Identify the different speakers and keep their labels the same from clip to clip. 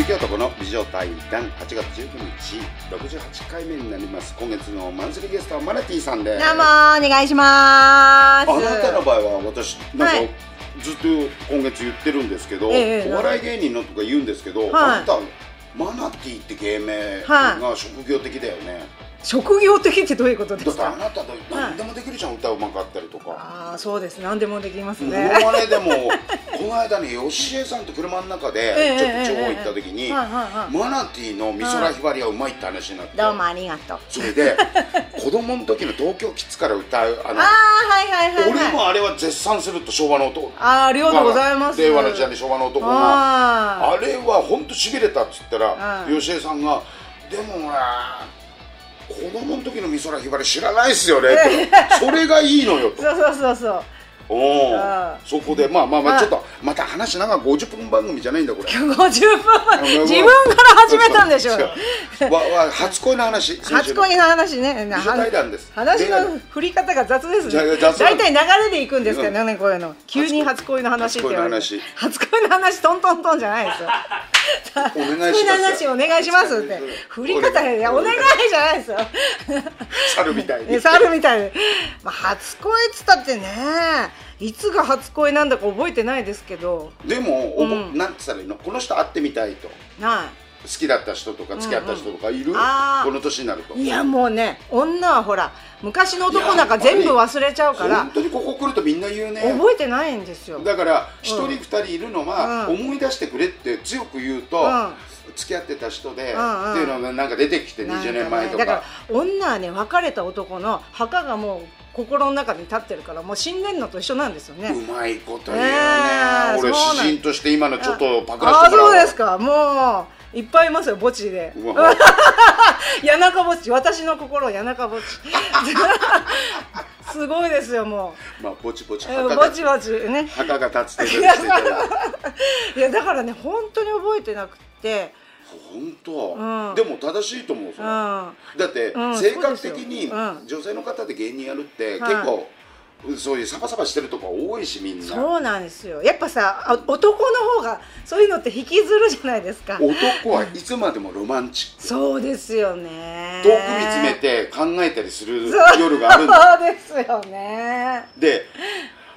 Speaker 1: 自助対談8月19日68回目になります今月のマンスリーゲストはマナティさんで
Speaker 2: どうもお願いします。
Speaker 1: あなたの場合は私なんか、
Speaker 2: はい
Speaker 1: ずっと今月言ってるんですけど、
Speaker 2: ええ
Speaker 1: お笑い芸人のとか言うんですけど、
Speaker 2: い
Speaker 1: あなたマナティって芸名が職業的だよね、
Speaker 2: 職業的ってどういうことで
Speaker 1: だ
Speaker 2: す
Speaker 1: ってあ
Speaker 2: か。
Speaker 1: なたと何でもできるじゃん、歌うまかったりとか。
Speaker 2: ああそうです。何でもできます
Speaker 1: も
Speaker 2: ね。
Speaker 1: のまねでもこの間ね吉江さんと車の中で
Speaker 2: ええ
Speaker 1: ちょっと地方行った時に、
Speaker 2: ええええはいはいはい
Speaker 1: マナティーの美空ひばりはうまいって話になって、
Speaker 2: どうもありがとう。
Speaker 1: それで 子供の時の東京キッズから歌うあ
Speaker 2: ああ
Speaker 1: の
Speaker 2: はいはいはい、はい。
Speaker 1: 俺もあれは絶賛すると昭和の男
Speaker 2: ああありがとうございます。
Speaker 1: 令和の時代に昭和の男が
Speaker 2: あ
Speaker 1: あれは本当しびれたっつったら、
Speaker 2: うん
Speaker 1: 吉江さんが「でもほら子供の時の美空ひばり知らないっすよね」と「 それがいいのよ」と。
Speaker 2: あそうそうそうそう。
Speaker 1: お
Speaker 2: うん
Speaker 1: そこでまあまあま
Speaker 2: う
Speaker 1: あ
Speaker 2: ん
Speaker 1: ちょっとまた話長い50分番組じゃないんだこれ
Speaker 2: 今日50分前自分から始めたんでしょう。
Speaker 1: わわ初恋の話
Speaker 2: 初恋の話ね。な
Speaker 1: 美女対談です
Speaker 2: 話の振り方が雑です
Speaker 1: じゃ
Speaker 2: ね。
Speaker 1: 雑
Speaker 2: 大体流れでいくんですけどね、こういうの。急に初
Speaker 1: 初
Speaker 2: 恋の話って言われて。初
Speaker 1: 初
Speaker 2: 恋の話、トントントンじゃないですよ。
Speaker 1: お願いします
Speaker 2: 初恋の話、お願いしますって。振り方が、いやお願いじゃないですよ。
Speaker 1: 猿みたい
Speaker 2: え
Speaker 1: に
Speaker 2: 猿みたいに。まあ、初恋っつったってね、いつが初恋なんだか覚えてないですけど、
Speaker 1: でも、おぼ
Speaker 2: うん
Speaker 1: なんつったらいいのこの人会ってみたいと好
Speaker 2: な
Speaker 1: きだった人とか付き合った人とかいる、
Speaker 2: あー
Speaker 1: この年になると
Speaker 2: い。いや、もうね、女はほら、昔の男なんか全部忘れちゃうから
Speaker 1: 本、当にここ来るとみんな言うね
Speaker 2: 覚えてないんですよ。
Speaker 1: だから一人二人いるのは
Speaker 2: うん
Speaker 1: 思い出してくれって強く言うと、
Speaker 2: う
Speaker 1: 付き合ってた人で、
Speaker 2: うんうん
Speaker 1: っていうのがなんか出てきて
Speaker 2: なん
Speaker 1: 20年前と
Speaker 2: ねだ
Speaker 1: か
Speaker 2: から女はね別れた男の墓がもう心の中に立ってるからもう死んでんのと一緒なんですよ
Speaker 1: う
Speaker 2: ね。
Speaker 1: まいこと言うよね
Speaker 2: ねえ
Speaker 1: 俺
Speaker 2: そうなん
Speaker 1: 詩人として今のちょっとパクら
Speaker 2: あ
Speaker 1: せ
Speaker 2: あ
Speaker 1: てもらお
Speaker 2: そううですかもういっぱいいますよ墓地で
Speaker 1: うわ
Speaker 2: 谷中墓地私の心谷中墓地 すごいですよも
Speaker 1: まあぼちぼち
Speaker 2: う
Speaker 1: 墓が
Speaker 2: 墓地墓地ね
Speaker 1: 墓が立つ てるしていたら
Speaker 2: いやだからね本当に覚えてなくて
Speaker 1: 本当、
Speaker 2: うん
Speaker 1: でも正しいと思うそ
Speaker 2: うん
Speaker 1: れ、
Speaker 2: あ
Speaker 1: だって、
Speaker 2: うん
Speaker 1: 性格的に
Speaker 2: そうです
Speaker 1: 女性の方で芸人やるって、
Speaker 2: はい
Speaker 1: 結構そういうサバサバしてるとこ多いしみんな
Speaker 2: そうなんですよやっぱさあ男の方がそういうのって引きずるじゃないですか
Speaker 1: 男はいつまでもロマンチック
Speaker 2: そうですよね
Speaker 1: 遠く見つめて考えたりする
Speaker 2: そう
Speaker 1: 夜があるん だ
Speaker 2: そうですよね
Speaker 1: で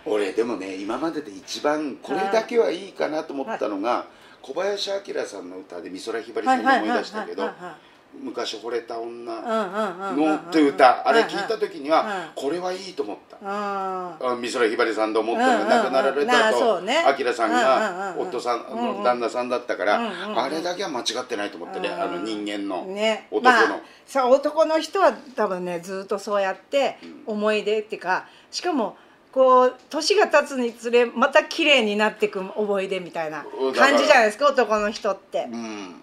Speaker 1: 俺でもね今までで一番これだけはいいかなと思ったのが小林明さんの歌で美空ひばりさんの思い出したけど「昔惚れた女の」という歌あれ聞いた時に
Speaker 2: はい
Speaker 1: はこれはいいと思った。
Speaker 2: あ
Speaker 1: あ美空ひばりさんと思って
Speaker 2: うんうんうん
Speaker 1: 亡くなられ
Speaker 2: な
Speaker 1: た
Speaker 2: あ
Speaker 1: と
Speaker 2: そうね
Speaker 1: 明さんが
Speaker 2: うんうんうん
Speaker 1: 夫さん
Speaker 2: うんう
Speaker 1: の
Speaker 2: ん
Speaker 1: 旦那さんだったか
Speaker 2: うんうんうん
Speaker 1: らあれだけは間違ってないと思ってねあの人間の
Speaker 2: ね
Speaker 1: 男
Speaker 2: ま
Speaker 1: の
Speaker 2: あ、さ男の人は多分ねずっとそうやって思い出っていうかしかもこう年が経つにつれまた綺麗になっていく思い出みたいな
Speaker 1: うんだから
Speaker 2: 感じじゃないですか男の人って
Speaker 1: う、ん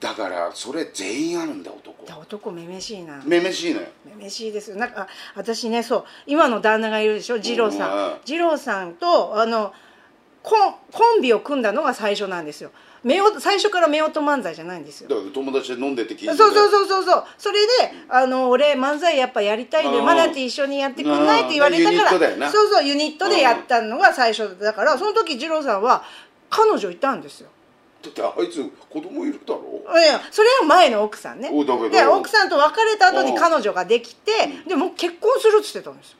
Speaker 1: だからそれ全員あるんだ男
Speaker 2: 男めめしいな
Speaker 1: めめしいのよ
Speaker 2: めめしいですよなんかあ私ねそう今の旦那がいるでしょ二
Speaker 1: う
Speaker 2: 郎
Speaker 1: んうん
Speaker 2: さん二郎さんとあのコンコンビを組んだのが最初なんですよ夫最初から夫婦漫才じゃないんですよ
Speaker 1: だから友達で飲んでて聞いて
Speaker 2: そうそう
Speaker 1: う
Speaker 2: そうそうそうそれであの俺漫才やっぱやりたいんで
Speaker 1: うん
Speaker 2: マナティー一緒にやってくんないって言われた
Speaker 1: うんユニッ
Speaker 2: か
Speaker 1: トだよ
Speaker 2: ら
Speaker 1: な
Speaker 2: そうそうユニットでやったのが最初だからその時二郎さんは彼女いたんですよ
Speaker 1: だってあいつ子供いるだろ
Speaker 2: いやそれは前の奥さんね
Speaker 1: おだけど
Speaker 2: で奥さんと別れた後
Speaker 1: う
Speaker 2: に
Speaker 1: ん
Speaker 2: 彼女ができてでもう結婚するっつってたんですよ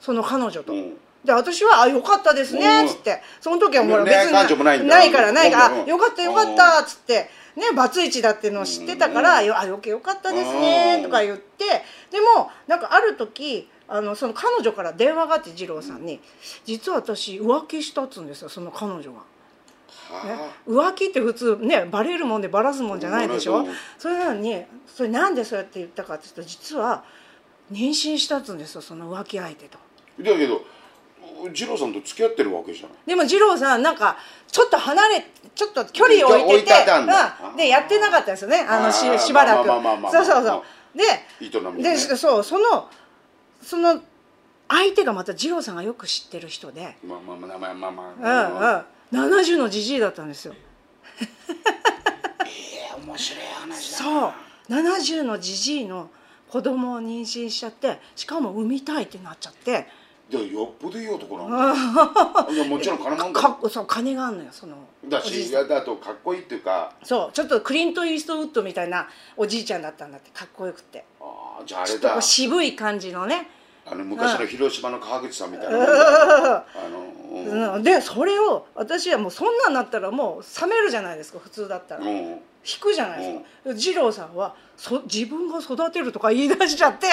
Speaker 2: その彼女と、
Speaker 1: うん
Speaker 2: で私は「あよかったです
Speaker 1: う
Speaker 2: ね」
Speaker 1: ん
Speaker 2: っつってその時はほら
Speaker 1: ね
Speaker 2: 別に
Speaker 1: 感情もないんだ
Speaker 2: からないから
Speaker 1: うん
Speaker 2: あ「よかったよかった」っつってねバツイチだってのを知ってたから
Speaker 1: うん
Speaker 2: 「よあよけよかったです
Speaker 1: う
Speaker 2: ね」
Speaker 1: ん
Speaker 2: とか言ってでもなんかある時あのその彼女から電話があって二郎さんに「実は私浮気した」っつうんですよその彼女が。ね
Speaker 1: は
Speaker 2: 浮気って普通ねバレるもんでバラすもんじゃないでし
Speaker 1: う
Speaker 2: ょ
Speaker 1: ん
Speaker 2: それなのにそれなんでそうやって言ったかって言うと実は妊娠したっつうんですよその浮気相手と。
Speaker 1: あだけど二郎さんと付き合ってるわけじゃない
Speaker 2: でも二郎さんなんかちょっと離れちょっと距離を置いてて
Speaker 1: 置いてたんだ
Speaker 2: うんでやってなかったですよねあのし
Speaker 1: あー
Speaker 2: しばらく
Speaker 1: まあまあまあまあ
Speaker 2: そうそうそう
Speaker 1: 営みも
Speaker 2: で
Speaker 1: ね
Speaker 2: でそうそのその相手がまた二郎さんがよく知ってる人で
Speaker 1: まあまあまあまあまあま
Speaker 2: うん
Speaker 1: あ
Speaker 2: う、ん70のじじいだったんですよ
Speaker 1: えー面白い話だ
Speaker 2: そう70のじじいの子供を妊娠しちゃってしかも産みたいってなっちゃって
Speaker 1: いやよっぽどいい男なのいやもちろん金もんだ
Speaker 2: かっこそう金があんのよその
Speaker 1: だ
Speaker 2: おじい
Speaker 1: しい
Speaker 2: さん
Speaker 1: やだとかっこいいっていうか
Speaker 2: そうちょっとクリント・イーストウッドみたいなおじいちゃんだったんだってかっこよくて
Speaker 1: あーじゃああ
Speaker 2: ちょ
Speaker 1: れ
Speaker 2: っとこ
Speaker 1: だ
Speaker 2: う渋い感じのね
Speaker 1: あの昔の広島の川口さんみたいなもんだ
Speaker 2: う
Speaker 1: あのうん
Speaker 2: んうんでそれを私はもうそんなんなったらもう冷めるじゃないですか普通だったら引
Speaker 1: うん
Speaker 2: くじゃないですか二郎さんはそ自分が育てるとか言い出しちゃって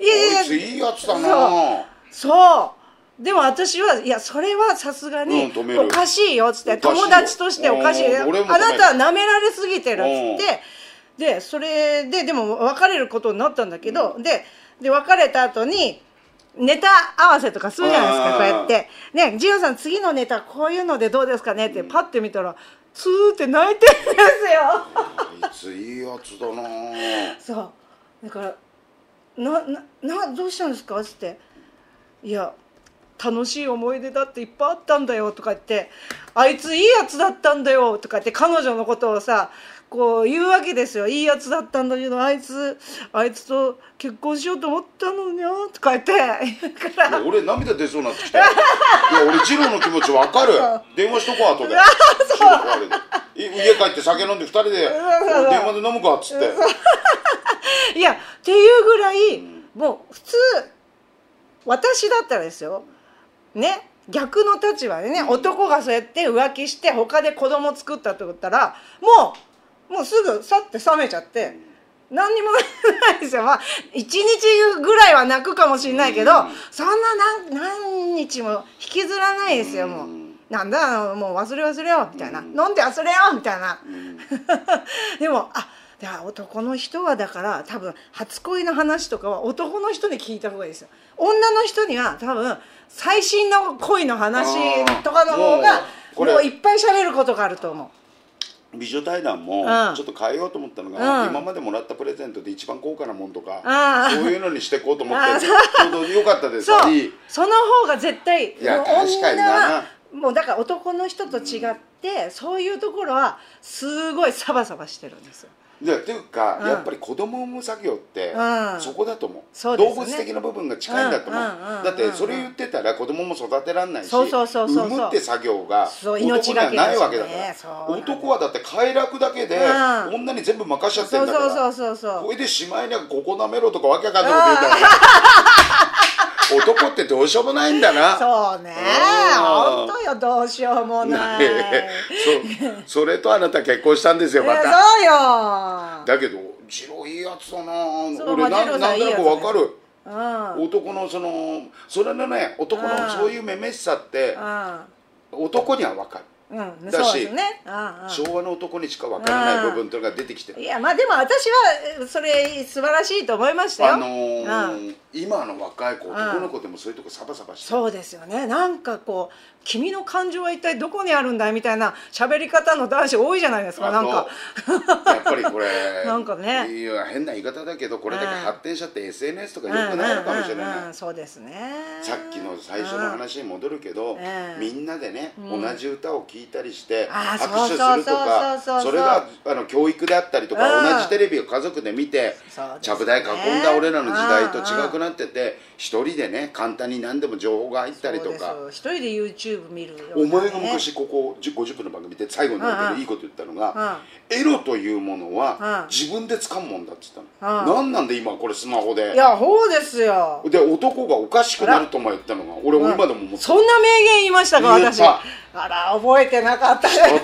Speaker 2: いやい
Speaker 1: あ
Speaker 2: や
Speaker 1: い
Speaker 2: い
Speaker 1: つ
Speaker 2: や
Speaker 1: いいやつだな
Speaker 2: そうでも私はいやそれはさすが
Speaker 1: うん
Speaker 2: に
Speaker 1: 止める
Speaker 2: おかしいよっつって
Speaker 1: おかしいよ
Speaker 2: 友達としておかしい
Speaker 1: うん俺も止める
Speaker 2: あなたは舐められすぎてるっつってでそれででも別れることになったんだけど、でで別れた後にネタ合わせとかするじゃないです
Speaker 1: うん
Speaker 2: かこうやって「ねジオさん次のネタこういうのでどうですかね」ってパッて見たらツーって泣いてるんですよ。
Speaker 1: あいついいやつだな
Speaker 2: そうだから「なななどうしたんですか?」っつって「いや楽しい思い出だっていっぱいあったんだよ」とか言って「あいついいやつだったんだよ」とか言って彼女のことをさこう言うわけですよ「いいやつだったんだけどあいつあいつと結婚しようと思ったのにゃ」とか言って言うか
Speaker 1: い
Speaker 2: ら
Speaker 1: や俺涙出そうになってき たいや俺ジローの気持ちわかる電話しとこう 後で仕事終わりでい家帰って酒飲んで二人で電
Speaker 2: そう
Speaker 1: 話で飲むかっつって
Speaker 2: いやっていうぐらい、
Speaker 1: うん
Speaker 2: もう普通私だったらですよね逆の立場でね、
Speaker 1: うん
Speaker 2: 男がそうやって浮気して他で子供作ったと言ったらもうもうすぐさって冷めちゃって、何にもないですよまあ一日ぐらいは泣くかもしれないけど、
Speaker 1: うん
Speaker 2: そんな何何日も引きずらないですよ、も
Speaker 1: う
Speaker 2: う
Speaker 1: ん
Speaker 2: なんだあのもう忘れ忘れよみたいな、
Speaker 1: うん
Speaker 2: 飲んで忘れよみたいな。
Speaker 1: うん
Speaker 2: でもあだから男の人はだから多分初恋の話とかは男の人に聞いた方がいいですよ女の人には多分最新の恋の話とかの方
Speaker 1: あー
Speaker 2: が
Speaker 1: もうこれ
Speaker 2: もういっぱい喋ることがあると思う
Speaker 1: 美女対談も
Speaker 2: うん
Speaker 1: ちょっと変えようと思ったのが、
Speaker 2: うん
Speaker 1: 今までもらったプレゼントで一番高価なもんとか
Speaker 2: あー
Speaker 1: そういうのにしていこうと思っ
Speaker 2: あー
Speaker 1: てちょうどよかったです
Speaker 2: そう
Speaker 1: いい
Speaker 2: その方が絶対
Speaker 1: いや
Speaker 2: もう
Speaker 1: 確かにな
Speaker 2: 女はもうだから男の人と違って、そういうところはすごいサバサバしてるんですよ
Speaker 1: でっていうか、
Speaker 2: うん
Speaker 1: やっぱり子供を産む作業って、
Speaker 2: うん
Speaker 1: そこだと思う
Speaker 2: そうですね
Speaker 1: 動物的な部分が近いんだと思う,、
Speaker 2: うんうんうんうん
Speaker 1: だってそれ言ってたら子供も育てられないし
Speaker 2: そうそうそうそうそう
Speaker 1: 産むって作業が
Speaker 2: そう
Speaker 1: 男に
Speaker 2: 命が
Speaker 1: は
Speaker 2: け
Speaker 1: な
Speaker 2: だしね
Speaker 1: いわけだから、
Speaker 2: そうなんだ
Speaker 1: 男はだって快楽だけで、
Speaker 2: うん
Speaker 1: 女に全部任しちゃって
Speaker 2: そ
Speaker 1: ん
Speaker 2: う
Speaker 1: だから
Speaker 2: そうそうそうそう
Speaker 1: これでしまいにはここなめろとかわけわかんないこと言うたら 男ってどうしようもないんだな
Speaker 2: そうね
Speaker 1: うん
Speaker 2: 本当よどうしよう もない
Speaker 1: そそれとあなた結婚したんですよ
Speaker 2: い
Speaker 1: ま
Speaker 2: や
Speaker 1: た。
Speaker 2: そうよ
Speaker 1: だけどジローいいやつだな
Speaker 2: そう
Speaker 1: 俺
Speaker 2: ま
Speaker 1: な
Speaker 2: あジロー
Speaker 1: ん
Speaker 2: さ
Speaker 1: なんん
Speaker 2: いい
Speaker 1: とな
Speaker 2: やつ
Speaker 1: く
Speaker 2: ね
Speaker 1: わかる
Speaker 2: うんうん
Speaker 1: 男のそのそれのね男
Speaker 2: うん
Speaker 1: のそういうめめしさって男にはわかる
Speaker 2: うん
Speaker 1: だし
Speaker 2: そうですねうん
Speaker 1: 昭和の男にしかわからない部分とかが出てきて
Speaker 2: うんい
Speaker 1: る
Speaker 2: やまあでも私はえそれ素晴らしいと思いましたよ
Speaker 1: あのー今の若い子男の子でもそういうとこサバサバしてる
Speaker 2: そうですよねなんかこう君の感情は一体どこにあるんだみたいな喋り方の男子多いじゃないですか
Speaker 1: あ
Speaker 2: なんか
Speaker 1: とやっぱりこれ
Speaker 2: なんかね
Speaker 1: いや変な言い方だけどこれだけ
Speaker 2: うん
Speaker 1: 発展しちゃって SNS とか良くないのかもしれ
Speaker 2: うんうんうん
Speaker 1: な
Speaker 2: う
Speaker 1: い
Speaker 2: んそうですね
Speaker 1: さっきの最初の話に戻るけど、
Speaker 2: ええ
Speaker 1: みんなでね、
Speaker 2: うん
Speaker 1: 同じ歌を聴いたりして
Speaker 2: あー
Speaker 1: 拍手するとか
Speaker 2: そうそうそうそうそう
Speaker 1: それがあの教育であったりとか、
Speaker 2: うん
Speaker 1: 同じテレビを家族で見て
Speaker 2: そうですね
Speaker 1: ちゃぶ台囲んだ俺らの時代と違くなってて、一人でね簡単に何でも情報が入ったりとか。
Speaker 2: そうです一人で YouTube 見るよ
Speaker 1: お
Speaker 2: うなね
Speaker 1: 前が昔ここ10 50分の番組で最後にだ
Speaker 2: うん
Speaker 1: け
Speaker 2: うん
Speaker 1: どいいこと言ったのが、エロというものは
Speaker 2: うん
Speaker 1: 自分で掴むもんだって言った
Speaker 2: う
Speaker 1: の、何
Speaker 2: ん
Speaker 1: なんで今これスマホで
Speaker 2: いやそうですよ
Speaker 1: で男がおかしくなるとも言ったのが俺今でも思って
Speaker 2: そんな名言言いました
Speaker 1: 言
Speaker 2: か
Speaker 1: えた
Speaker 2: 私あら覚えてなかったですね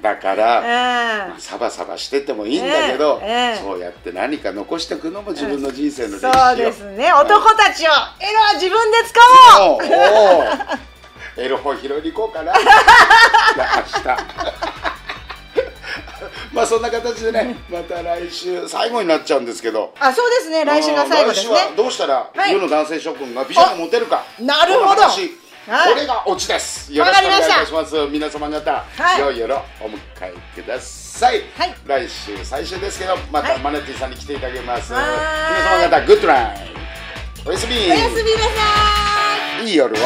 Speaker 1: だから、
Speaker 2: え
Speaker 1: まあ、サバサバしててもいいんだけど、
Speaker 2: ええええ
Speaker 1: そうやって何か残していくのも自分の人生
Speaker 2: え
Speaker 1: の歴史を、
Speaker 2: そうですね男たちをエロは自分で使おう
Speaker 1: おうおうエロ本拾いに行こう かなじゃあ明日 まあそんな形でねまた来週最後になっちゃうんですけど
Speaker 2: あそうですね来週が最後です
Speaker 1: 来週は
Speaker 2: ね
Speaker 1: どうしたら、
Speaker 2: はい
Speaker 1: 世の男性諸君が美女にモテるか
Speaker 2: あなるほど
Speaker 1: この話
Speaker 2: はい
Speaker 1: これがオチですよろしくお願いいたします皆様方、
Speaker 2: はい
Speaker 1: 良い夜をお迎えください、
Speaker 2: はい
Speaker 1: 来週最終ですけどま
Speaker 2: は
Speaker 1: た
Speaker 2: い
Speaker 1: マネティさんに来ていただきます、
Speaker 2: はーい
Speaker 1: 皆様方グッドラインおやすみ
Speaker 2: おやすみなさい
Speaker 1: いい夜を